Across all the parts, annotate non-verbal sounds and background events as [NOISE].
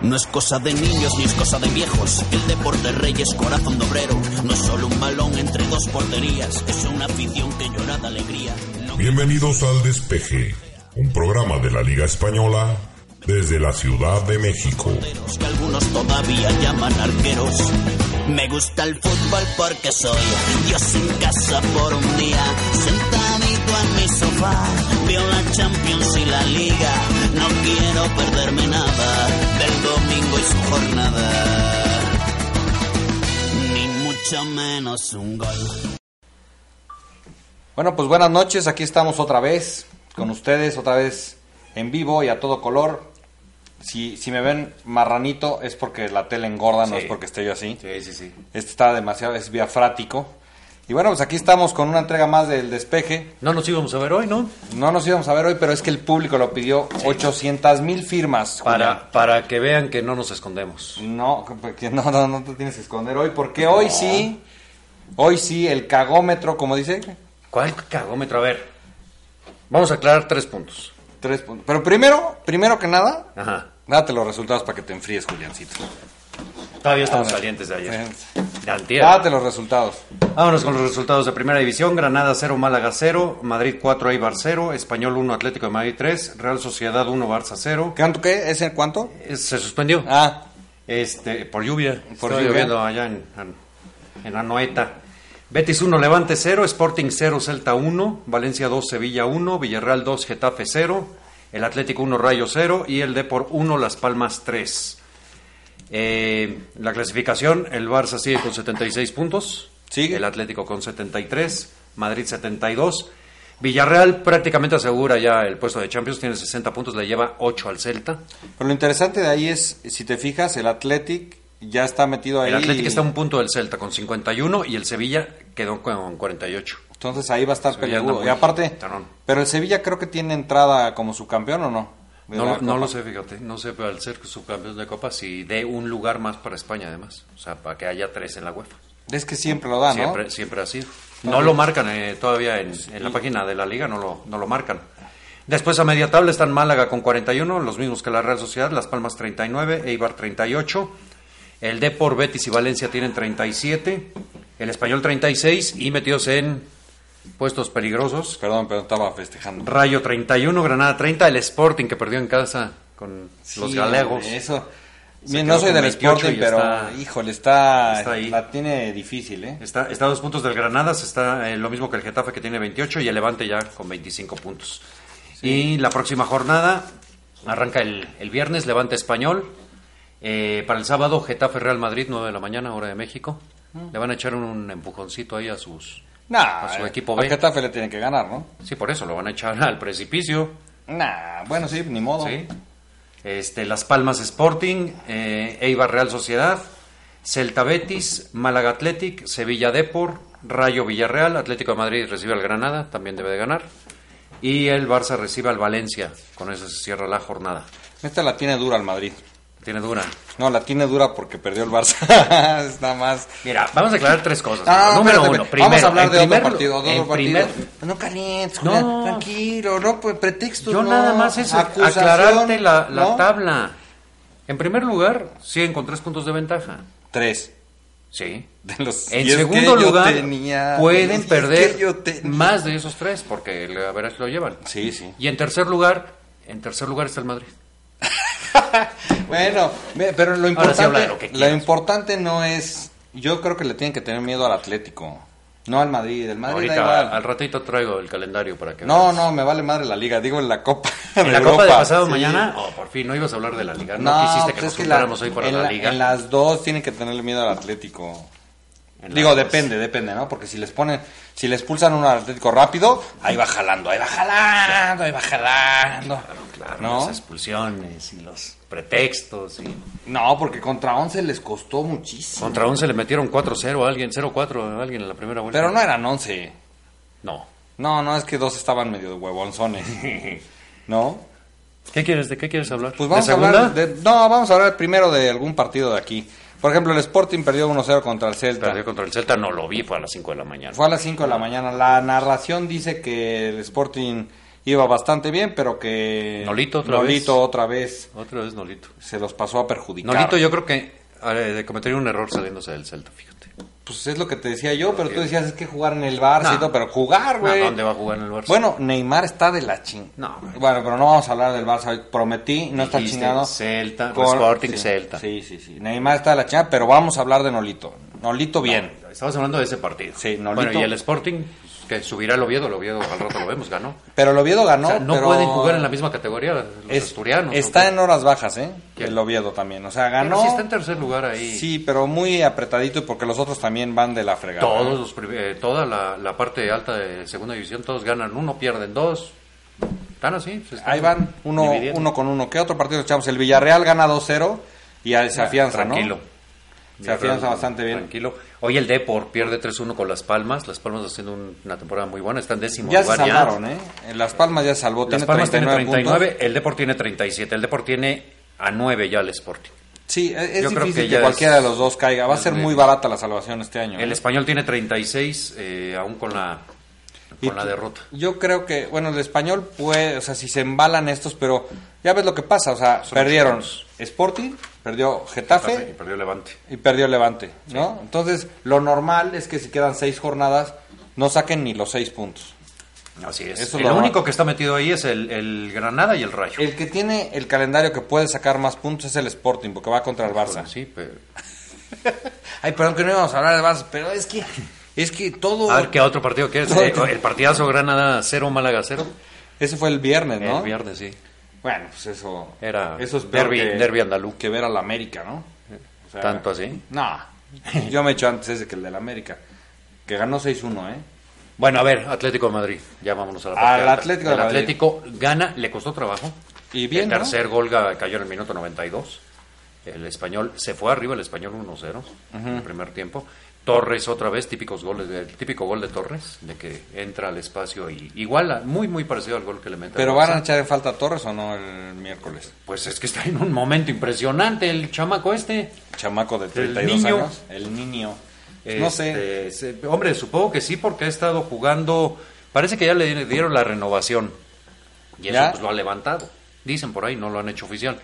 No es cosa de niños ni es cosa de viejos. El deporte rey es corazón de obrero. No es solo un balón entre dos porterías. Es una afición que llora de alegría. No- Bienvenidos al Despeje, un programa de la Liga Española desde la Ciudad de México. porteros que algunos todavía llaman arqueros. Me gusta el fútbol porque soy Dios en casa por un día. Sentadito en mi sofá, veo la Champions y la Liga. No quiero perderme nada del domingo y su jornada. Ni mucho menos un gol. Bueno, pues buenas noches, aquí estamos otra vez con ustedes, otra vez en vivo y a todo color. Si, si me ven marranito es porque la tele engorda, no Sí. es porque esté yo así. Sí, sí, sí. Este está demasiado, es viafrático. Y bueno, pues aquí estamos con una entrega más del despeje. No nos íbamos a ver hoy, ¿no? No nos íbamos a ver hoy, pero es que el público lo pidió. 800 mil firmas. Julián. Para, para que vean que no nos escondemos. No, porque no, no, no te tienes que esconder hoy, porque hoy sí, hoy sí, el cagómetro, como dice, ¿Cuál cagómetro? A ver. Vamos a aclarar tres puntos. tres puntos. Pero primero, primero que nada, Ajá. Date los resultados para que te enfríes, Juliancito. Todavía estamos A ver. calientes de ayer. De antier. Date los resultados. Vámonos con los resultados de Primera División. Granada 0, Málaga 0, Madrid 4, Eibar 0, Español 1, Atlético de Madrid 3, Real Sociedad 1, Barça 0. ¿Cuánto qué? ¿Es en cuánto? Eh, Se suspendió. Ah, Este, por lluvia. Por Por lluvia. lloviendo allá en, en- en Anoeta. Betis 1, Levante 0, Sporting 0, Celta 1, Valencia 2, Sevilla 1, Villarreal 2, Getafe 0, el Atlético 1, Rayo 0 y el Depor 1, Las Palmas 3. Eh, la clasificación, el Barça sigue con 76 puntos, Sigue. el Atlético con 73, Madrid 72, Villarreal prácticamente asegura ya el puesto de Champions, tiene 60 puntos, le lleva 8 al Celta. pero lo interesante de ahí es, si te fijas, el Athletic ya está metido ahí. El Atlético está a un punto del Celta con 51 y el Sevilla quedó con 48. Entonces ahí va a estar Sevilla anda peleagudo. muy Y aparte, tarón. pero el Sevilla creo que tiene entrada como subcampeón o no. De No, la lo- no Copa. lo sé, fíjate, no sé, pero al ser subcampeón de Copa, si dé un lugar más para España además, o sea, para que haya tres en la UEFA. Es que siempre lo dan, siempre, Ah, ¿no? Ah, siempre ha sido. No lo marcan eh, todavía en, en la página de la liga, no lo, no lo marcan. Después a media tabla están Málaga con 41, los mismos que la Real Sociedad, Las Palmas 39, Eibar 38, el Depor, Betis y Valencia tienen 37, el Español 36 y metidos en puestos peligrosos. Perdón, pero estaba festejando. Rayo 31, Granada 30, el Sporting que perdió en casa con los Sí, galegos. Eso. Se Bien, quedó no soy con del 28 Sporting, y pero está- híjole, está, está ahí. la tiene difícil, ¿eh? Está, está a dos puntos del Granada, se está eh, lo mismo que el Getafe que tiene 28 y el Levante ya con 25 puntos. Y la próxima jornada arranca el, el viernes, Levante Español. Eh, para el sábado, Getafe Real Madrid, 9 de la mañana, hora de México. Le van a echar un empujoncito ahí a sus... Nah, eh, A su equipo al B. Getafe le tiene que ganar, ¿no? Sí, por eso, lo van a echar [LAUGHS] al precipicio. Nah, bueno, sí, ni modo. ¿sí? Este, Las Palmas Sporting, eh, Eibar Real Sociedad, Celta Betis, Málaga Athletic, Sevilla Depor, Rayo Villarreal, Atlético de Madrid recibe al Granada, también debe de ganar. Y el Barça recibe al Valencia, con eso se cierra la jornada. Esta la tiene dura el Madrid. Tiene dura. No, la tiene dura porque perdió el Barça. [LAUGHS] es nada más. Mira, vamos a aclarar tres cosas. Ah, Número espérate, uno, espérate. primero, Vamos a hablar en de otro primer- partido. de en otro partido. primer- No calientes, No. Julián, tranquilo, no pues, pretextos. Yo no. nada más es Acusación, aclararte la, la ¿no? tabla. En primer lugar, siguen con tres puntos de ventaja. Tres. Sí. De los En diez segundo que yo lugar, tenía, de pueden los diez perder que yo tenía. más de esos tres, porque el Average lo llevan. Sí, sí. Y en tercer lugar, en tercer lugar está el Madrid. Bueno, ve, pero lo Ahora sí habla importante, de lo que lo quieras. importante no es. Yo creo que le tienen que tener miedo al Atlético. No al Madrid. El Madrid da Ahorita, igual. al, al ratito traigo el calendario para que No, veas. no, me vale madre la liga, digo en la Copa. En la Europa. Copa de pasado Sí. mañana, oh, por fin, no ibas a hablar de la Liga. No, No, quisiste que pues nos es que la- juntáramos hoy para en la, la- Liga. En las dos tienen que tenerle miedo al Atlético. En digo, las- depende, depende, ¿no? Porque si les ponen, si les pulsan uno al Atlético rápido, ahí va jalando, ahí va jalando, ahí va jalando. Claro, claro, ¿No? las expulsiones y los pretextos. y- No, porque contra 11 les costó muchísimo. Contra 11 le metieron 4-0 a alguien, 0-4 a alguien en la primera vuelta. Pero no eran 11. No. No, no, es que dos estaban medio de [LAUGHS] huevonzones. ¿No? ¿Qué quieres, ¿De qué quieres hablar? Pues vamos ¿De a segunda? hablar de- no, vamos a hablar primero de algún partido de aquí. Por ejemplo, el Sporting perdió 1-0 contra el Celta. Perdió contra el Celta, no lo vi, fue a las 5 de la mañana. Fue a las 5 de la mañana. La narración dice que el Sporting iba bastante bien, pero que Nolito otra Nolito vez. otra vez Otra vez Nolito. se los pasó a perjudicar. Nolito yo creo que eh, cometería un error saliéndose del Celta, fíjate. Pues es lo que te decía yo, pero tú decías es que jugar en el Barça No. y todo, Ah, pero jugar, No, güey. ¿Dónde va a jugar en el Barça? Bueno, Neymar está de la ching. No, güey. Bueno, pero no vamos a hablar del Barça hoy. Prometí, no está Dijiste chingado. Celta, Sporting sí, Celta. Sí, sí, sí. Neymar está de la chingada, pero vamos a hablar de Nolito. Nolito bien. Estamos hablando de ese partido. Sí, Nolito. bueno, y el Sporting, que subirá el Oviedo, el Oviedo al rato lo vemos, ganó. Pero el Oviedo ganó. No, no pero pueden jugar en la misma categoría los es- asturianos. Está en horas bajas, ¿eh? ¿Quién? El Oviedo también. O sea, ganó. ganó. sí está en tercer lugar ahí. Sí, pero muy apretadito y porque los otros también van de la fregada. Todos los prim- eh, toda la, la parte alta de segunda división, todos ganan uno, pierden dos. Están así. se están Ahí van, uno, dividiendo. uno con uno. ¿Qué otro partido echamos? El Villarreal gana 2-0 y ahí se afianza, Ah, Tranquilo. ¿no? Se afianza bastante bien. Tranquilo. Hoy el Depor pierde 3-1 con Las Palmas. Las Palmas haciendo un- una temporada muy buena. Están décimo Ya se lugar ya. salvaron, ¿eh? En Las Palmas ya se salvó. Las tiene Palmas 39 tiene 39, puntos. el Depor tiene 37. El Depor tiene a 9 ya el Sporting. Sí, e- es, es Yo creo difícil que que, ya es- cualquiera de los dos caiga. Va a es ser de- muy barata la salvación este año. El ¿eh? Español tiene 36, eh, aún con la, Y con la tú- derrota. Yo creo que, bueno, el español puede, o sea, si se embalan estos, pero ya ves lo que pasa. O sea, Son perdieron chiquitos. Sporting, perdió Getafe, Y perdió el Levante. y perdió Levante, ¿no? Entonces, lo normal es que si quedan seis jornadas, no saquen ni los seis puntos. Así es. Eso el lo- único que está metido ahí es el, el Granada y el Rayo. El que tiene el calendario que puede sacar más puntos es el Sporting, porque va contra el Barça. Sí, pero... Ay, perdón que no íbamos a hablar del Barça, pero es que, es que todo... A ver, ¿qué otro partido quieres? Todo- Eh, el partidazo Granada 0, Málaga 0. Ese fue el viernes, ¿no? El viernes, sí. Bueno, pues eso... Era eso es peor derbi- que- derbi andaluz. Que ver al América, ¿no? O sea, Tanto así. No, [LAUGHS] yo me he hecho antes ese que el del América, que ganó 6-1, ¿eh? Bueno, a ver, Atlético de Madrid. Ya vámonos a la Al parte alta. Atlético de El Madrid. Atlético gana, le costó trabajo. Y bien, El ¿no? tercer gol ga- cayó en el minuto 92. El español se fue arriba, el español 1-0 en el primer tiempo. Torres otra vez, típicos goles, de- el típico gol de Torres, de que entra al espacio y igual, a- muy muy parecido al gol que le mete. Pero al van Barça. a echar en falta a Torres o no el miércoles. Pues es que está en un momento impresionante el chamaco este. Chamaco de 32 niño. años. El niño. no sé. Este, se- hombre, supongo que sí, porque ha estado jugando. Parece que ya le dieron la renovación. Y eso ¿Ya? pues, lo ha levantado. Dicen por ahí, no lo han hecho oficial.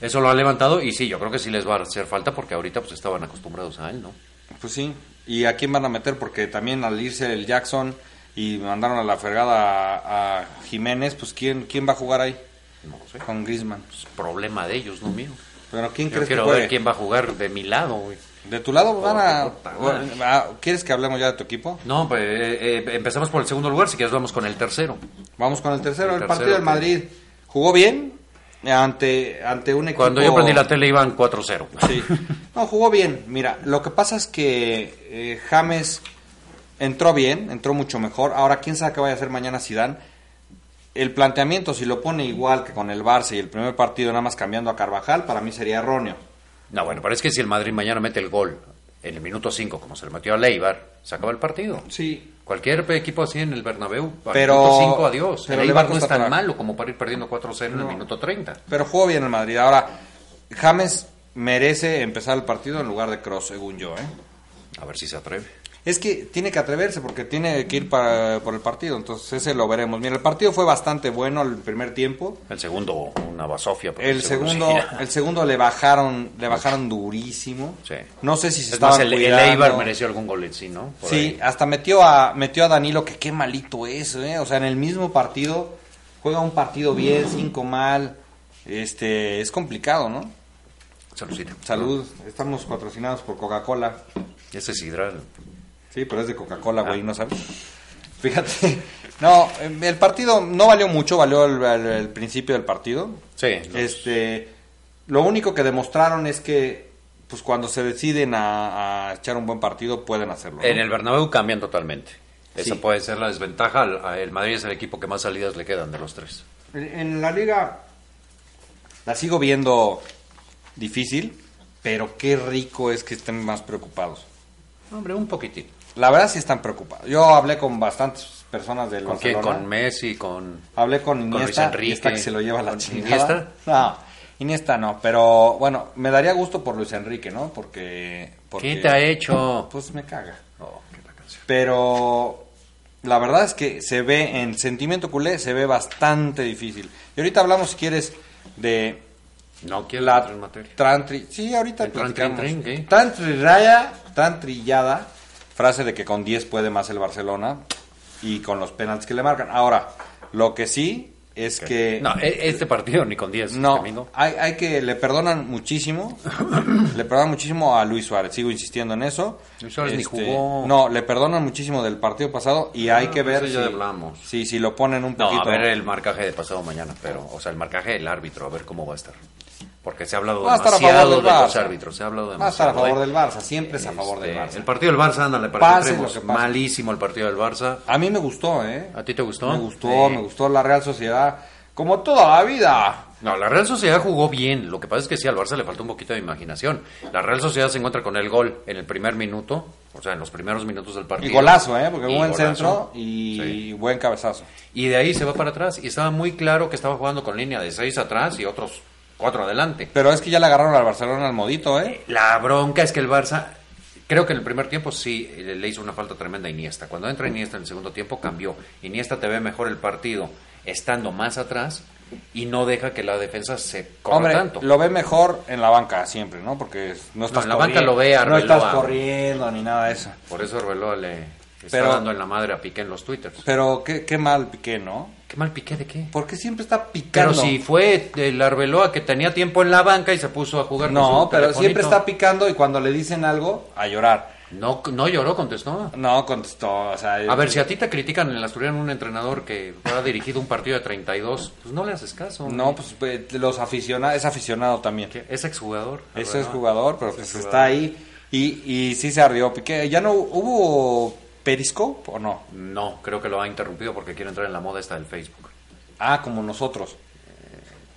Eso lo ha levantado y sí, yo creo que sí les va a hacer falta porque ahorita pues estaban acostumbrados a él, ¿no? Pues sí. ¿Y a quién van a meter? Porque también al irse el Jackson y mandaron a la fregada a, a Jiménez, pues ¿quién, ¿quién va a jugar ahí? No lo sé. Con Griezmann. Es Pues, problema de ellos, no mío. Pero ¿quién Yo crees que quiero juegue? ver quién va a jugar de mi lado, güey. De tu Oh, lado van Puta a... madre. Ah, ¿Quieres que hablemos ya de tu equipo? No, pues eh, eh, empezamos por el segundo lugar, si quieres vamos con el tercero. Vamos con el tercero. El El, partido del tercero, ¿qué? Madrid jugó bien ante, ante un equipo... Cuando yo prendí la tele iban 4-0. Sí. No, jugó bien. Mira, lo que pasa es que eh, James entró bien, entró mucho mejor. Ahora, quién sabe qué vaya a hacer mañana Zidane. El planteamiento, si lo pone igual que con el Barça y el primer partido, nada más cambiando a Carvajal, para mí sería erróneo. No, bueno, pero es que si el Madrid mañana mete el gol en el minuto 5, como se le metió a Leibar, se acaba el partido. Sí. Cualquier equipo así en el Bernabéu, al Pero- minuto 5, adiós. pero el le va a Eibar no es costar tan trabajo. malo como para ir perdiendo 4-0 en el minuto 30. Pero jugó bien el Madrid. Ahora, James merece empezar el partido en lugar de Cross, según yo. ¿eh? A ver si se atreve. Es que tiene que atreverse porque tiene que ir para, por el partido. Entonces, ese lo veremos. Mira, el partido fue bastante bueno el primer tiempo. El segundo, una basofia. pero El segundo, sí. el segundo le bajaron, le bajaron durísimo. Sí. No sé si se [LAUGHS] Es más, estaban el, el cuidando. Eibar mereció algún gol en sí, ¿no? Por Sí, ahí. hasta metió a, metió a Danilo, que qué malito es, ¿eh? O sea, en el mismo partido, juega un partido bien, cinco mal. Este, es complicado, ¿no? Saludcita. Salud, estamos patrocinados por Coca-Cola. Ese es Hidral. Sí, pero es de Coca-Cola, güey, no sabes. Fíjate. [LAUGHS] No, em, el partido no valió mucho, valió el, el- el principio del partido. Sí, los- Este, lo único que demostraron es que, pues cuando se deciden a, a echar un buen partido, pueden hacerlo. ¿no? En el Bernabéu cambian totalmente. Esa Sí. puede ser la desventaja. Al- a- El Madrid es el equipo que más salidas le quedan de los tres. En- en la liga la sigo viendo difícil, pero qué rico es que estén más preocupados. Hombre, un poquitín. La verdad sí están preocupados. Yo hablé con bastantes personas del ¿Con quién? Barcelona. Con Messi, con... Hablé con Luis Iniesta Enrique, y está que se lo lleva la con chingada. Iniesta. No, Iniesta no, pero bueno, me daría gusto por Luis Enrique, ¿no? Porque, porque ¿Qué te ha hecho? Pues me caga. Oh, qué la canción. Pero la verdad es que se ve, en sentimiento culé, se ve bastante difícil. Y ahorita hablamos, si quieres, de No quiero la entrar en materia. Trantri. Sí, ahorita El tran, platicamos. trin, ¿eh? trin, ¿qué? Trantriraya, trantrilada, frase de que con 10 puede más el Barcelona y con los penaltis que le marcan. Ahora, lo que sí es que. No, e- este partido ni con 10. No, Camino. hay, hay que le perdonan [LAUGHS] muchísimo, le perdonan muchísimo a Luis Suárez, sigo insistiendo en eso. Este, Luis Suárez ni jugó. No, le perdonan muchísimo del partido pasado y hay que de ver eso ya hablamos. si, si lo ponen un No, poquito. a ver el marcaje de pasado mañana, pero, o sea, el marcaje del árbitro, a ver cómo va a estar. Porque se ha hablado Va a estar a demasiado favor del de los Barça. árbitros, se ha hablado Va a estar demasiado. a favor ¿eh? del Barça, siempre es a favor del Este, Barça. El partido del Barça, ándale, para Pase que lo entremos. que pase. Malísimo el partido del Barça. A mí me gustó, ¿eh? ¿A ti te gustó? Me gustó, Sí. me gustó la Real Sociedad, como toda la vida. No, la Real Sociedad jugó bien. Lo que pasa es que sí, al Barça le faltó un poquito de imaginación. La Real Sociedad se encuentra con el gol en el primer minuto, o sea, en los primeros minutos del partido. Y golazo, ¿eh? Porque Y buen golazo. centro y Sí. buen cabezazo. Y de ahí se va para atrás. Y estaba muy claro que estaba jugando con línea de seis atrás y otros cuatro adelante. Pero es que ya le agarraron al Barcelona al modito, ¿eh? La bronca es que el Barça, creo que en el primer tiempo sí le le hizo una falta tremenda a Iniesta. Cuando entra Iniesta en el segundo tiempo cambió. Iniesta te ve mejor el partido estando más atrás y no deja que la defensa se corra Hombre, tanto. lo ve mejor en la banca siempre, ¿no? Porque no estás en la corriendo, banca lo ve No Arbeloa. estás corriendo ni nada de eso. Por eso Arbeloa le está Pero- dando en la madre a Piqué en los twitters. Pero qué, qué mal Piqué, ¿no? ¿Qué mal Piqué de qué? Porque siempre está picando. Pero si fue el Arbeloa que tenía tiempo en la banca y se puso a jugar con no, su pero siempre telefonito. está picando y cuando le dicen algo, a llorar. No, no lloró, contestó. No, contestó, o sea... A ver, si a ti te critican en el Asturiano un entrenador que ha dirigido un partido de 32, pues no le haces caso. No, pues pues, los aficionados, es aficionado también. Que Es exjugador. Ese Arbeloa. es jugador, pero Ah, Es pues exjugador. está ahí. Y, y sí se ardió Piqué. ¿Ya no hubo Periscope o no? No, creo que lo ha interrumpido porque quiere entrar en la moda esta del Facebook. Ah, como nosotros.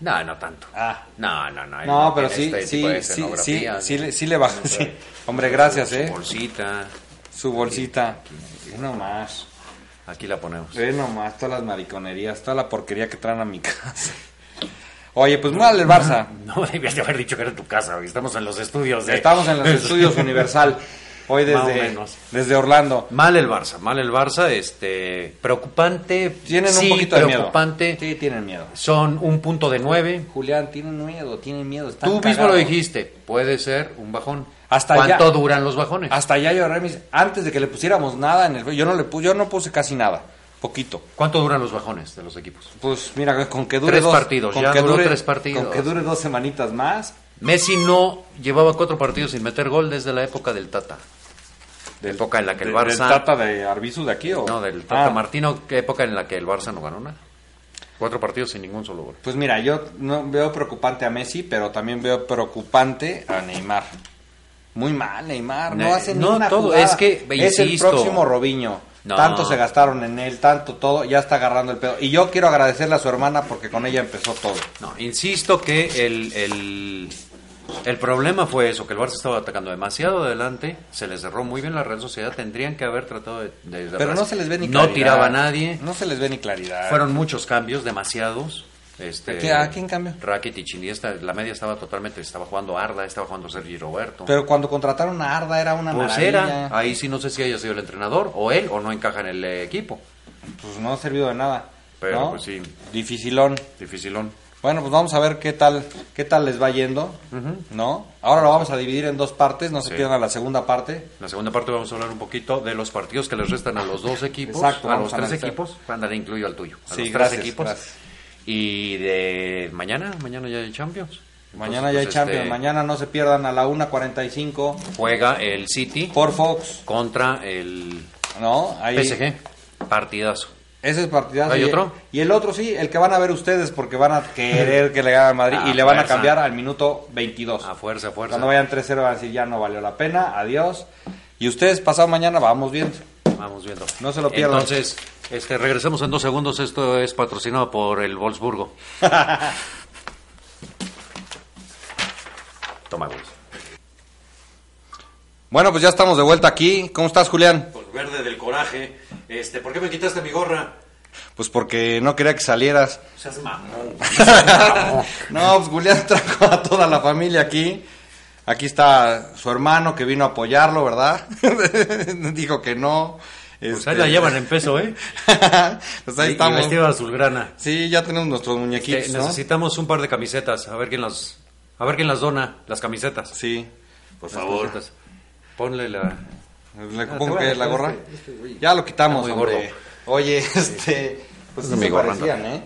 No, no tanto. Ah. No, no, no. él No, pero tiene sí, este sí, tipo de sí, sí, escenografía. sí, le- sí le bajó. [LAUGHS] sí. trae Hombre, gracias, su ¿eh? Bolsita. Su bolsita. Uno más. Aquí la ponemos. Ve nomás todas las mariconerías, toda la porquería que traen a mi [LAUGHS] casa. Oye, pues mal el Barça. No [LAUGHS] debías de haber dicho que era tu casa, güey. Estamos en los estudios. de- Estamos en los [LAUGHS] estudios Universal. Hoy Más o desde, menos. desde Orlando. Mal el Barça, mal el Barça, este preocupante. Tienen sí, un poquito de miedo. preocupante. Sí, tienen miedo. Son un punto de nueve. Julián, tienen miedo, tienen miedo. están Tú mismo cagados. lo dijiste, puede ser un bajón. Hasta ¿Cuánto ya- duran los bajones? Hasta allá yo Remis, antes de que le pusiéramos nada en el yo no le pu- yo no puse casi nada, poquito. ¿Cuánto duran los bajones de los equipos? Pues mira, con que dure Tres dos partidos, con ya que duró dure- tres partidos. Con que dure dos semanitas más Messi no llevaba cuatro partidos sin meter gol desde la época del Tata. Del- época en la que el de- Barça. del Tata de Arbizu de aquí o No, del Tata Ah, Martino, que época en la que el Barça no ganó nada. Cuatro partidos sin ningún solo gol. Pues mira, yo no veo preocupante a Messi, pero también veo preocupante a Neymar. Muy mal, Neymar, no Ne- hace no, ni una todo, jugada. es que, es el insisto. próximo Robinho. No. Tanto se gastaron en él, tanto todo, ya está agarrando el pedo. Y yo quiero agradecerle a su hermana porque con ella empezó todo. No, insisto que el, el, el problema fue eso, que el Barça estaba atacando demasiado adelante, se les cerró muy bien la Real Sociedad, tendrían que haber tratado de... de- de Pero atrás. no se les ve ni No claridad. tiraba a nadie, No se les ve ni claridad. fueron muchos cambios, demasiados. Este, ¿Qué- a quién cambió? Rakitic, Iniesta, la media estaba totalmente, estaba jugando Arda, estaba jugando Sergi Roberto. Pero cuando contrataron a Arda era una pues maravilla. era, ahí sí no sé si haya sido el entrenador, o él, o no encaja en el eh, equipo. Pues no ha servido de nada. Pero, ¿no? pues, sí. Dificilón. Dificilón. Bueno, pues vamos a ver qué tal, qué tal les va yendo, ¿no? Ahora lo vamos a dividir en dos partes, no se Sí. pierdan la segunda parte. En la segunda parte vamos a hablar un poquito de los partidos que les restan a los dos equipos, Exacto, a vamos los a tres analizar. equipos, le incluyo al tuyo, a Sí, los tres gracias, equipos. gracias. Y de mañana, mañana ya hay Champions. Mañana Entonces, ya hay pues, Champions, este, mañana no se pierdan a la 1.45 juega el City por Fox, contra el ¿no? Ahí. PSG. Partidazo. Ese es partidazo. ¿Hay Y- otro? Y el otro sí, el que van a ver ustedes porque van a querer que le gane al Madrid [LAUGHS] Ah, y le van a fuerza. cambiar al minuto 22. A fuerza, a fuerza. Cuando vayan 3-0 van a decir ya no valió la pena, adiós. Y ustedes pasado mañana vamos viendo. Vamos viendo. No se lo pierdan. Entonces, este, regresamos en dos segundos. Esto es patrocinado por el [LAUGHS] Wolfsburgo. Toma, Wolf. Bueno, pues ya estamos de vuelta aquí. ¿Cómo estás, Julián? Pues verde del coraje. Este, ¿por qué me quitaste mi gorra? Pues porque no quería que salieras. Seas mamón. no, pues Julián trajo a toda la familia aquí. Aquí está su hermano que vino a apoyarlo, ¿verdad? [LAUGHS] Dijo que no. Pues Este, ahí la llevan en peso, [LAUGHS] ¿eh? [LAUGHS] pues ahí Y- y estamos. vestido de azulgrana. Sí, ya tenemos nuestros Este, muñequitos, ¿no? necesitamos un par de camisetas, a ver quién las, a ver quién las dona, las camisetas. Sí. Este, Por Las favor. camisetas. Ponle la... Le Ah, te pongo voy a que la dejar gorra. este- ya lo quitamos, Está muy hombre. gordo. Oye, este. Pues sí mi se gorra, parecían, ¿eh?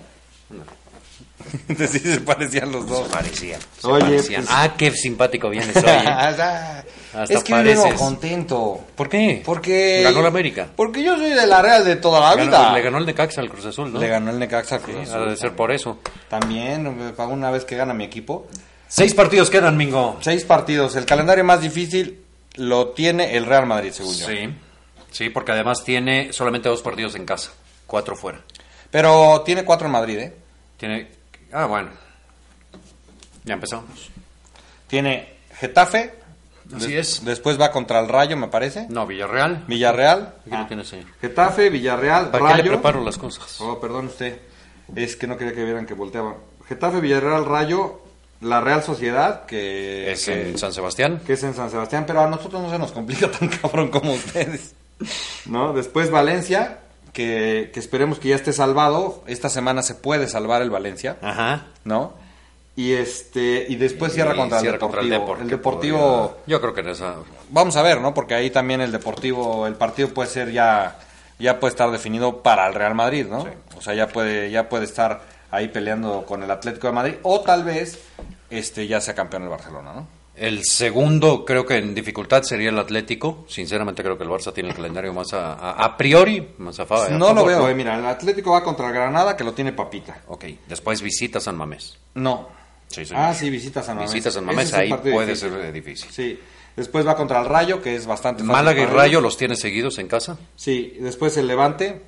[LAUGHS] sí se parecían los dos. Parecían. se Oye, parecían. pues- Ah, qué simpático [LAUGHS] vienes hoy. [LAUGHS] ¿eh? Ah, ah. Hasta es que vivo pareces. contento. ¿Por qué? Porque. Ganó la América. Porque yo soy de la Real de toda la Ganó- vida. le ganó el Necaxa al Cruz Azul, ¿no? Le ganó el Necaxa. al Cruz Sí, Azul. ha de ser por eso. También, me pagó una vez que gana mi equipo. Seis partidos quedan, Mingo. Seis partidos. El calendario más difícil lo tiene el Real Madrid, según yo. Sí, sí, porque además tiene solamente dos partidos en casa, cuatro fuera. Pero tiene cuatro en Madrid, ¿eh? Tiene, ah, bueno, ya empezamos. Tiene Getafe. Así des- es. Después va contra el Rayo, me parece. No, Villarreal. Villarreal. Aquí lo tiene, señor. Getafe, Villarreal, ¿Para qué le Ah. Rayo. preparo las cosas? Oh, perdón usted. Es que no quería que vieran que volteaba. Getafe, Villarreal, Rayo, la Real Sociedad, que Es que- en San Sebastián. que es en San Sebastián, pero a nosotros no se nos complica [LAUGHS] tan cabrón como ustedes. ¿No? Después Valencia, que, que esperemos que ya esté salvado. Esta semana se puede salvar el Valencia, Ajá. ¿no? Y este y después cierra Y contra cierra el Deportivo. Depor, el que Deportivo, podría- Yo creo que en esa... vamos a ver, ¿no? Porque ahí también el Deportivo, el partido puede ser ya ya puede estar definido para el Real Madrid, ¿no? O sea, ya puede ya puede estar ahí peleando con el Atlético de Madrid o tal vez este ya sea campeón el Barcelona, ¿no? El segundo, creo que en dificultad sería el Atlético. Sinceramente, creo que el Barça tiene el calendario más a, a- a priori, más afado. No lo veo. mira, el Atlético va contra Granada, que lo tiene papita. Ok, después visita San Mamés. No. Sí, señor. Ah, sí, visita San Mamés. Visita San Ese Mamés, es un ahí partido puede difícil. ser eh, difícil. Sí. Después va contra el Rayo, que es bastante fácil Málaga y para ellos. Rayo los tiene seguidos en casa, Sí, después el Levante.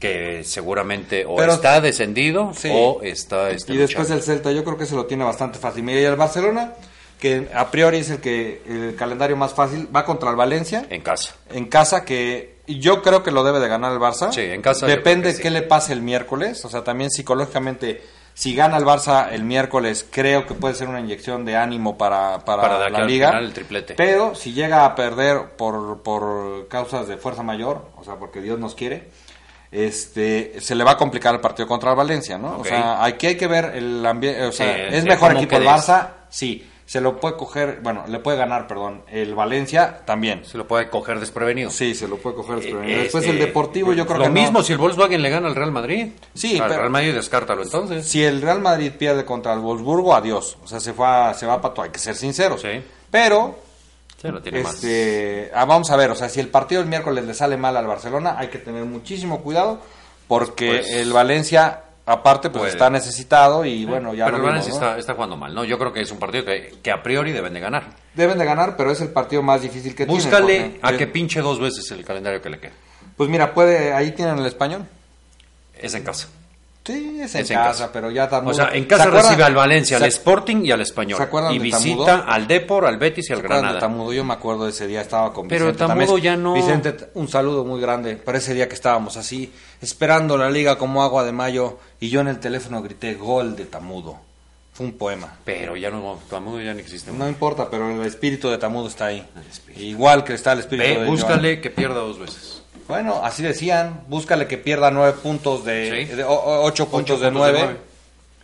que seguramente o Pero- está descendido Sí. o está este, y después luchando. el Celta, yo creo que se lo tiene bastante fácil. Mira, y el Barcelona, que a priori es el que el calendario más fácil, va contra el Valencia en casa. en casa que yo creo que lo debe de ganar el Barça. Sí, en casa yo Depende creo que sí. qué le pase el miércoles, o sea, también psicológicamente si gana el Barça el miércoles, creo que puede ser una inyección de ánimo para, para, Para de aquí la al liga. final el triplete. Pero si llega a perder por, por causas de fuerza mayor, o sea, porque Dios nos quiere, este se le va a complicar el partido contra el Valencia, ¿no? Ok. O sea, aquí hay que ver el ambiente, o sea, Sí, es sí, mejor cómo equipo el quedes. Barça, sí. Se lo puede coger, bueno, le puede ganar, perdón, el Valencia también. Se lo puede coger desprevenido. Sí, se lo puede coger. Eh, pero eh, Después eh, el Deportivo, yo creo lo que no. mismo si el Volkswagen le gana al Real Madrid. Sí, al pero- Real Madrid descártalo entonces. Si el Real Madrid pierde contra el Wolfsburgo, adiós. O sea, se, fue a- se va para todo, hay que ser sinceros. Sí. Pero, Sí, lo tiene más. este, ah, vamos a ver, o sea, si el partido el miércoles le sale mal al Barcelona, hay que tener muchísimo cuidado porque Pues- el Valencia, aparte, pues Puede. está necesitado y bueno, ya pero lo el vimos, Valencia ¿no? está, está jugando mal, ¿no? Yo creo que es un partido que, que a priori deben de ganar. Deben de ganar, pero es el partido más difícil que tiene. Búscale porque- a que pinche dos veces el calendario que le queda. Pues mira, puede, ahí tienen el español. Es en casa. Sí, es en, Es en casa, casa. pero ya O tampoco. sea, en casa recibe al Valencia, al Sporting y al Español. ¿Se acuerdan y de visita Tamudo? al Depor, al Betis y al ¿Se acuerdan de Granada. Tamudo? Yo me acuerdo de ese día, estaba con Pero Vicente Tamudo Tamés. ya no- Vicente, t- un saludo muy grande para ese día que estábamos así, esperando la liga como agua de mayo, y yo en el teléfono grité gol de Tamudo. Fue un poema. Pero ya no, Tamudo ya no existe. No importa, pero el espíritu de Tamudo está ahí. Igual que está el espíritu Ve, de búscale que pierda dos veces. Joan. Bueno, así decían, búscale que pierda nueve puntos de, Sí. de- o- o- ocho puntos de puntos de nueve. nueve.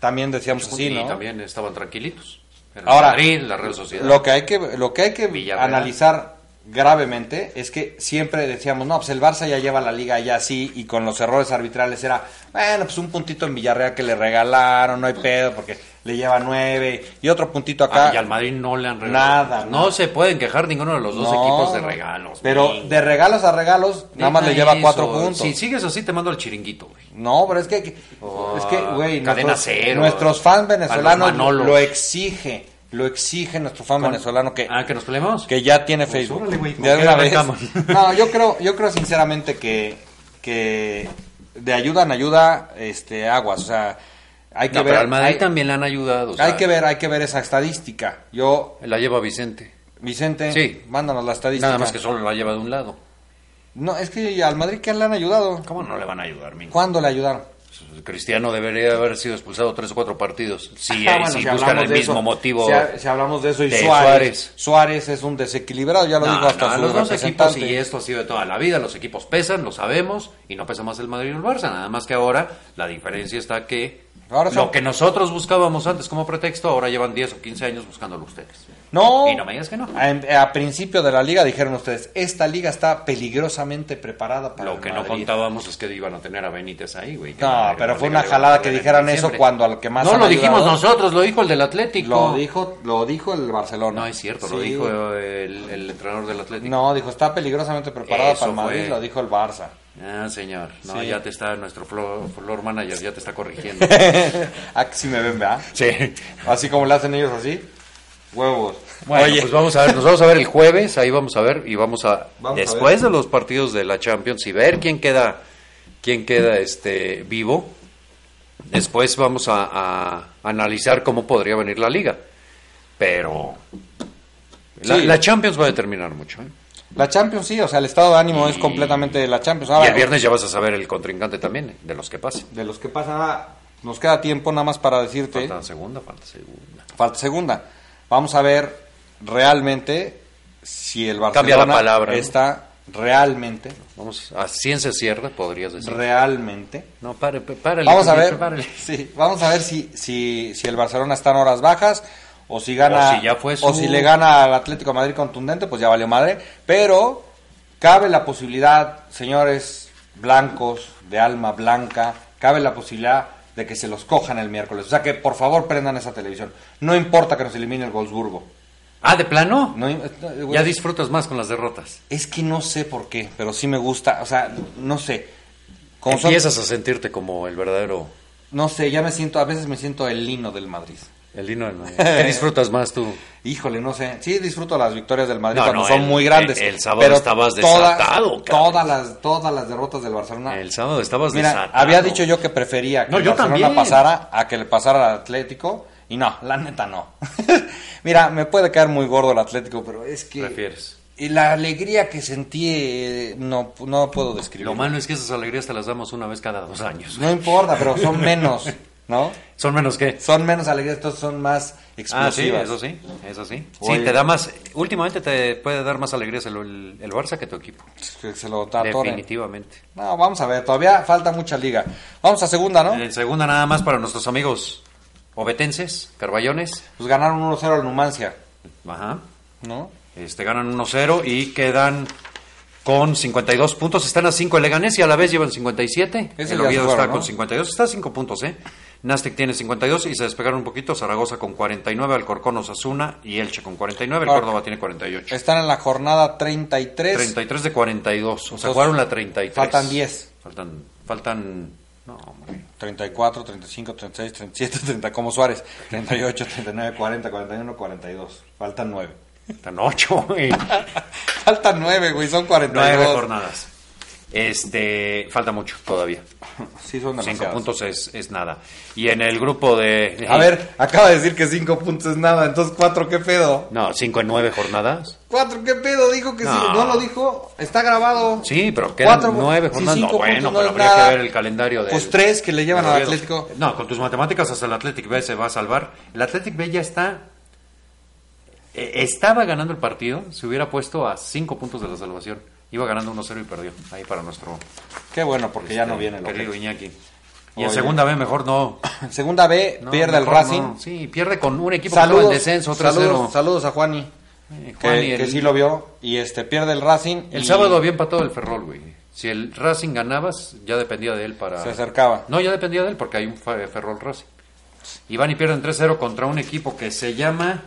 También decíamos así, y Pues ¿no? también estaban tranquilitos. Era Ahora, Madrid, la Real Sociedad. Lo que hay que, lo que, hay que Villarreal. analizar gravemente es que siempre decíamos, no, pues el Barça ya lleva la liga ya así y con los errores arbitrales era, bueno, pues un puntito en Villarreal que le regalaron, no hay pedo porque le lleva nueve y otro puntito acá. Ah, y al Madrid no le han regalado. Nada, No, no. se pueden quejar ninguno de los dos No, equipos de no. regalos. Pero güey. de regalos a regalos, nada más le Deja lleva cuatro eso. puntos. Si sigues así, te mando el chiringuito, güey. No, pero es que, que- Oh, es que, güey, cadena nuestros, cero. nuestros fans Para los venezolanos Manolos. lo exige, lo exige nuestro fan venezolano que Ah, que nos peleamos. que ya tiene Facebook. Pues, órale, güey, ¿con de qué una vez. arrancamos? [LAUGHS] No, yo creo, yo creo sinceramente que, que de ayuda en ayuda, este, aguas. O sea, hay que No, ver. pero al Madrid hay, también le han ayudado. o sea, hay que ver, hay que ver esa estadística. Yo, La lleva Vicente. Vicente, Sí. mándanos la estadística. Nada más que solo la lleva de un lado. No, es que al Madrid que le han ayudado. ¿Cómo no le van a ayudar, Mingo? ¿Cuándo le ayudaron? Pues pues Cristiano debería haber sido expulsado tres o cuatro partidos. Si, Ah, eh, bueno, si si buscan hablamos el de mismo eso, motivo. Si, ha- si hablamos de eso y de Suárez, Suárez. Suárez. es un desequilibrado, ya lo No, digo hasta no, su los dos equipos, representante. y esto ha sido de toda la vida, los equipos pesan, lo sabemos, y no pesa más el Madrid o el Barça, nada más que ahora la diferencia está que Ahora son- lo que nosotros buscábamos antes como pretexto, ahora llevan 10 o 15 años buscándolo ustedes. No. Y no me digas que no. A, em, a principio de la liga dijeron ustedes, esta liga está peligrosamente preparada para Lo el que no Madrid". contábamos es que iban a tener a Benítez ahí, güey. que No, iban a- pero que fue iban a- una jalada iban a- que dijeran eso siempre. cuando al que más No han lo dijimos ayudado- nosotros, lo dijo el del Atlético. Lo dijo, lo dijo el Barcelona. No, es cierto, lo Sí. dijo eh, el, el entrenador del Atlético. No, dijo, está peligrosamente preparada Eso para el Madrid, fue. lo dijo el Barça. [LAUGHS] Ah, señor. No, Sí. ya te está nuestro floor, floor manager, ya te está corrigiendo. Aquí [LAUGHS] Ah, sí me ven, ¿verdad? sí. Así como le hacen ellos así. Huevos. Bueno, pues vamos a ver, nos vamos a ver el jueves, ahí vamos a ver y vamos a Vamos a después ver. de los partidos de la Champions y ver quién queda quién queda este vivo. Después vamos a, a analizar cómo podría venir la liga. Pero la, Sí. la Champions va a determinar mucho. ¿eh? La Champions sí, o sea, el estado de ánimo es completamente de la Champions. Ah, Ahora, y el viernes ya vas a saber el contrincante también, ¿eh? de los que pasen. De los que pasan, ah, nos queda tiempo nada más para decirte. Falta segunda, falta segunda. Falta segunda. Vamos a ver realmente si el Barcelona Cambia la palabra, ¿no? está realmente, Vamos a ciencia cierta, podrías decir. realmente. no, pare, párale, Vamos a Julieta, ver, párale. [LAUGHS] sí, vamos a ver si, si, si el Barcelona está en horas bajas o si gana O si ya fue o su- si le gana al Atlético de Madrid contundente, pues ya valió madre, pero cabe la posibilidad, señores blancos de alma blanca, cabe la posibilidad de que se los cojan el miércoles. O sea que por favor prendan esa televisión. No importa que nos elimine el Wolfsburgo. Ah, de plano. No, eh, Ya disfrutas más con las derrotas. es que no sé por qué, pero sí me gusta, o sea, no sé. Como son- Empiezas a sentirte como el verdadero no sé, ya me siento, a veces me siento el lino del Madrid. el lino del [LAUGHS] Madrid. ¿Qué disfrutas más tú? Híjole, no sé. Sí, disfruto las victorias del Madrid No, cuando no, son el- muy grandes. el- el sábado pero estabas todas- desatado, cabrón. Todas las, todas las derrotas del Barcelona. El sábado estabas Mira, desatado. había dicho yo que prefería que No, el yo Barcelona también. pasara a que le pasara al Atlético. Y no, la neta no. [LAUGHS] Mira, me puede caer muy gordo el Atlético, pero es que. Prefieres. Y la alegría que sentí, eh, no, no puedo describir. Lo malo es que esas alegrías te las damos una vez cada dos años. No importa, pero son menos, ¿no? ¿Son menos que Son menos alegrías, entonces son más Ah, sí, explosivas. eso sí, eso sí. Oye. Sí, te da más, últimamente te puede dar más alegrías el, el, el Barça que tu equipo. Que se lo atoren. Definitivamente. No, vamos a ver, todavía falta mucha liga. Vamos a segunda, ¿no? En segunda nada más para nuestros amigos obetenses, carballones. Pues ganaron 1-0 al Numancia, Ajá. ¿no? Este, ganan 1-0 y quedan con 52 puntos. Están a 5 el Leganés y a la vez llevan 57. Ese ya el se Oviedo fueron, está ¿no? con 52. Está a 5 puntos, ¿eh? Nastic tiene 52 y se despegaron un poquito. Zaragoza con 49, Alcorcón, Osasuna y Elche con 49. El Ahora, Córdoba tiene 48. Están en la jornada 33. 33 de 42. O sea, Entonces, jugaron la 33. faltan 10. Faltan... faltan no, hombre. 34, 35, 36, [LAUGHS] 37, 30, como Suárez. 38, 39, 40, 41, 42. Faltan 9. Faltan 8, [LAUGHS] Faltan 9, güey, son 42. Nueve jornadas. Este, falta mucho todavía. Sí, son Cinco demasiados. puntos es, es nada. Y en el grupo de... A ver, acaba de decir que 5 puntos es nada, entonces 4, ¿qué pedo? No, cinco en nueve jornadas. 4, ¿qué pedo? Dijo que sí. No. No lo dijo, está grabado. Sí, pero quedan Cuatro- nueve sí, jornadas. cinco no, bueno, puntos no pero es habría nada. que ver el calendario de. Pues tres que le llevan al Atlético. No, con tus matemáticas hasta el Atlético B se va a salvar. El Atlético B ya está. eh, estaba ganando el partido, se hubiera puesto a cinco puntos de la salvación. Iba ganando 1-0 y perdió. Ahí para nuestro Qué bueno, porque ya no eh, viene lo querido que- Iñaki. Y en Oye. segunda B [COUGHS] mejor no. Segunda B, no, pierde el mejor Racing. no. Sí, pierde con un equipo que estuvo en descenso, 3-0. saludos, saludos a Juani, Eh, que, Juan y que el- sí lo vio. Y este pierde el Racing. El y sábado había empatado el Ferrol, güey. Si el Racing ganabas, ya dependía de él para... Se acercaba. No, ya dependía de él porque hay un fa- Ferrol Racing. Y van y pierden 3-0 contra un equipo que se llama...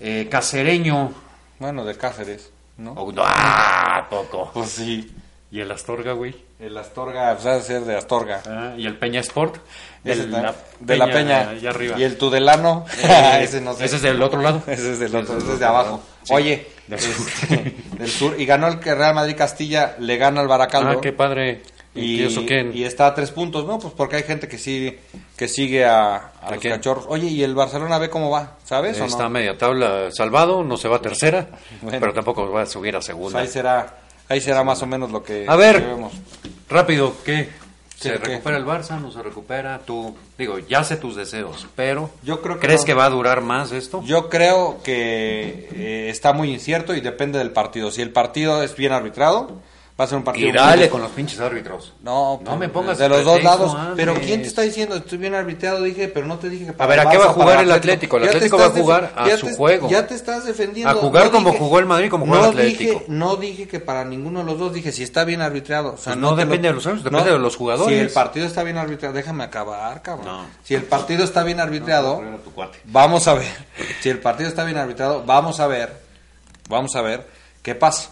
eh, Cacereño. Bueno, de Cáceres, ¿no? Oh, no, ¡Ah! Poco. Pues sí. Y el Astorga, güey. El Astorga, pues ha de ser de Astorga. Ah, y el Peña Sport. Ese Del- está- de la Peña. Allá arriba. Y el Tudelano. [LAUGHS] Ah, Eh, ese no sé. Ese es del otro lado. [LAUGHS] Ese es del otro, ese es de otro abajo. lado. Sí. Oye, [LAUGHS] Del sur. este, [LAUGHS] del sur. Y ganó el que Real Madrid Castilla, le gana al Baracaldo. Ah, qué padre. Y, ¿Y eso quién? y está a tres puntos, ¿no? Pues porque hay gente que sigue, que sigue a, a ¿A los quién? cachorros. Oye, ¿y el Barcelona ve cómo va? ¿Sabes o no? Está a media tabla salvado, no se va a tercera, [LAUGHS] Bueno. pero tampoco va a subir a Pues segunda. ahí será, ahí será más o menos lo que A ver. que vemos. Rápido, ¿qué? ¿Se ¿Qué? recupera el Barça? ¿No se recupera? Tú, digo, ya sé tus deseos, pero Yo creo que ¿crees no. que va a durar más esto? Yo creo que eh, está muy incierto y depende del partido. Si el partido es bien arbitrado, va a ser un partido y muy dale difícil. con los pinches árbitros. No, no me pongas de los dos pretexto lados. antes. Pero ¿quién te está diciendo? Estoy bien arbitrado, dije, pero no te dije que para A ver, el ¿a qué va Barça, a jugar para el Atlético? El Ya te Atlético va a estás jugar defen- a ya su te- juego. Ya te estás defendiendo. A jugar como dije- jugó el Madrid, como jugó el no Atlético. Dije, no dije que para ninguno de los dos, dije si está bien arbitrado. O sea, Pues no te depende de los árbitros, depende de los jugadores. Si el partido está bien arbitrado, déjame acabar, cabrón. No. Si el partido está bien arbitrado, No, no, tu cuate. vamos a ver. Si el partido está bien arbitrado, vamos a ver. Vamos a ver qué pasa,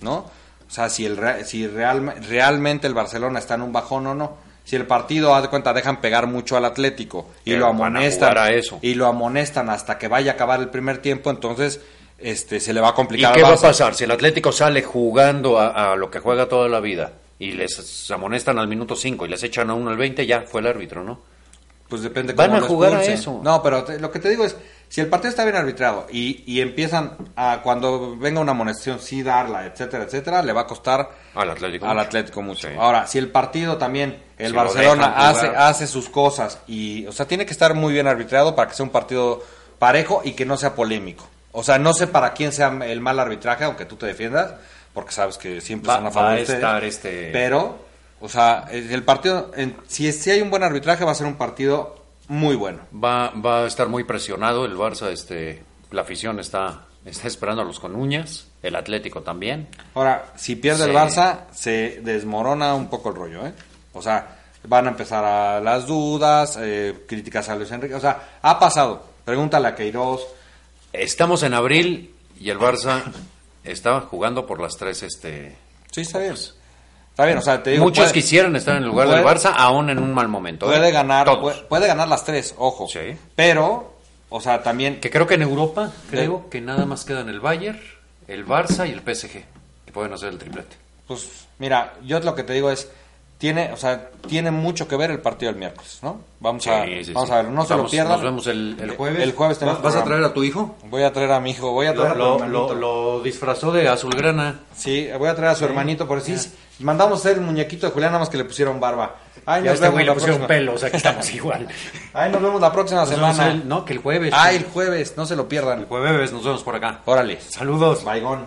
¿no? O sea, si, el, re- si realme- realmente el Barcelona está en un bajón o no. Si el partido, haz de cuenta, dejan pegar mucho al Atlético y Pero lo van a amonestan. jugar a eso. Y lo amonestan hasta que vaya a acabar el primer tiempo, entonces este, se le va a ¿Y complicar qué al va a Barça. pasar si el Atlético sale jugando a, a lo que juega toda la vida y les amonestan al minuto 5 y les echan a uno al 20? Ya fue el árbitro, ¿no? Pues depende Van cómo a lo jugar a expulsen. eso. No, pero te- lo que te digo es, si el partido está bien arbitrado y, y empiezan a cuando venga una amonestación sí darla, etcétera, etcétera, le va a costar Al Atlético al mucho. Atlético mucho. Sí. Ahora, si el partido también el Si lo Barcelona dejan hace jugar. hace sus cosas y o sea, tiene que estar muy bien arbitrado para que sea un partido parejo y que no sea polémico. O sea, no sé para quién sea el mal arbitraje, aunque tú te defiendas, porque sabes que siempre Va- son a favor va a de ustedes. estar este- Pero pero, o sea, el el partido, en- si, si hay un buen arbitraje, va a ser un partido muy bueno. Va, va a estar muy presionado el Barça, este, la afición está, está esperándolos con uñas, el Atlético también. Ahora, si pierde el Sí. Barça, se desmorona un poco el rollo, ¿eh? O sea, van a empezar a las dudas, eh, críticas a Luis Enrique. O sea, ha pasado. Pregúntale a Queiroz. Estamos en abril y el Barça estaba jugando por las tres, este... Sí, está bien. Está bien, o sea, te digo. Muchos puede- quisieran estar en el lugar del puede- Barça, aún en un mal momento. ¿eh? Puede ganar, Todos. puede, puede ganar las tres, ojo. Sí. Pero, o sea, también. Que creo que en Europa, creo que nada más quedan el Bayern, el Barça y el PSG, que pueden hacer el triplete. Pues mira, yo lo que te digo es tiene, o sea, tiene mucho que ver el partido del miércoles, ¿no? Vamos a Sí, sí, vamos sí. a ver, no se lo Vamos, pierdan. Nos vemos el, el jueves. El jueves tenemos ¿Vas, vas a programa. traer a tu hijo? Voy a traer a mi hijo, voy a traer Lo, a tu lo- hermanito. lo- lo disfrazó de azulgrana. Sí, voy a traer a su hermanito por si mandamos hacer el muñequito de Julián nada más que le pusieron barba. Ay, Ya nos este vemos güey la le pusieron próxima. pelo, o sea que estamos [LAUGHS] igual. Ay, nos vemos la próxima Nos vemos semana. Ah, el- no, que el jueves. Ay, el jueves, no se lo pierdan. jueves nos vemos por acá. Órale. Saludos. Baigón.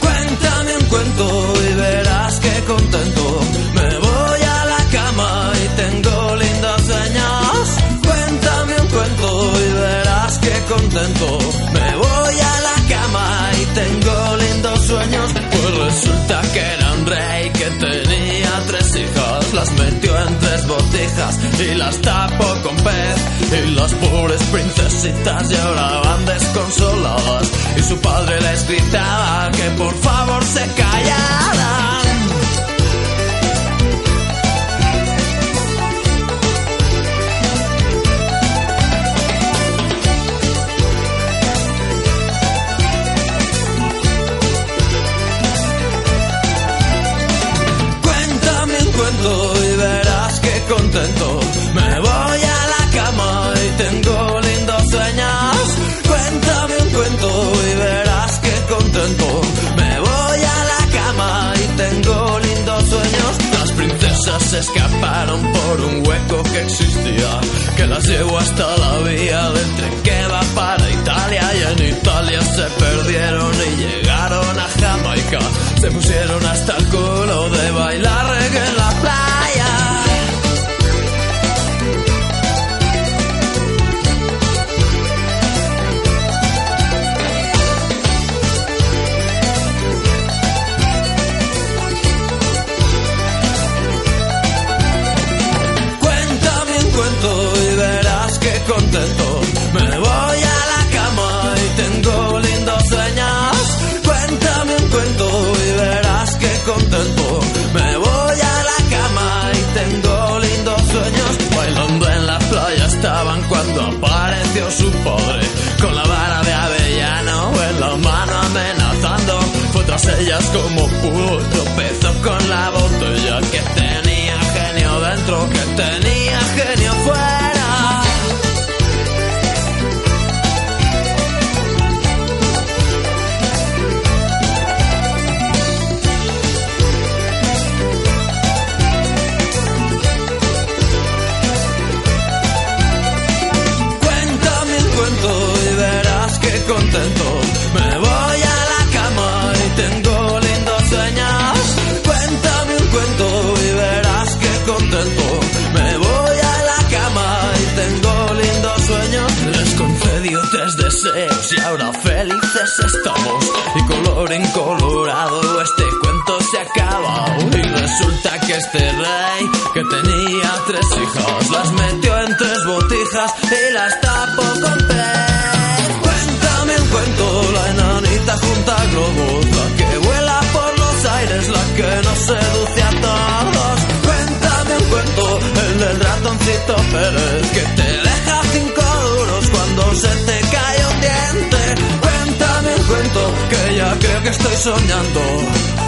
Cuéntame un cuento y verás que contento. Me voy a la cama y tengo lindas sueños. Cuéntame un cuento y verás que contento. Me voy a la cama y tengo lindos sueños. Pues resulta que era un rey que tenía tres hijas. Las metió en tres botijas y las tapó con pez. Y las pobres princesitas lloraban desconsoladas. Y su padre les gritaba que por favor se callaran. Cuéntame un cuento y verás que contento. Me voy a la cama y tengo lindos sueños. Cuéntame un cuento y verás que contento. Me voy a la cama y tengo lindos sueños. Las princesas se escaparon por un hueco que existía, que las llevó hasta la vía del tren que va para Italia y en Italia se perdieron y llegaron a Jamaica. Se pusieron hasta el culo de bailar reggae en la playa. Cuéntame un cuento y verás que contento. como pudo, tropezó con la botella que tenía genio dentro, que tenía genio fuera. Cuéntame un cuento y verás que contento. Me voy a la cama y tengo lindos sueños. Cuéntame un cuento y verás que contento. Me voy a la cama y tengo lindos sueños. Les concedí tres deseos y ahora felices estamos. Y color incolorado este cuento se acaba. Y resulta que este rey que tenía tres hijas las metió en tres botijas y las tapó con pez. Cuéntame un cuento, la enanita junta globos, la que vuela por los aires, la que nos seduce a todos. Cuéntame un cuento, el del ratoncito Pérez, que te deja cinco duros cuando se te cae un diente. Cuéntame un cuento, que ya creo que estoy soñando.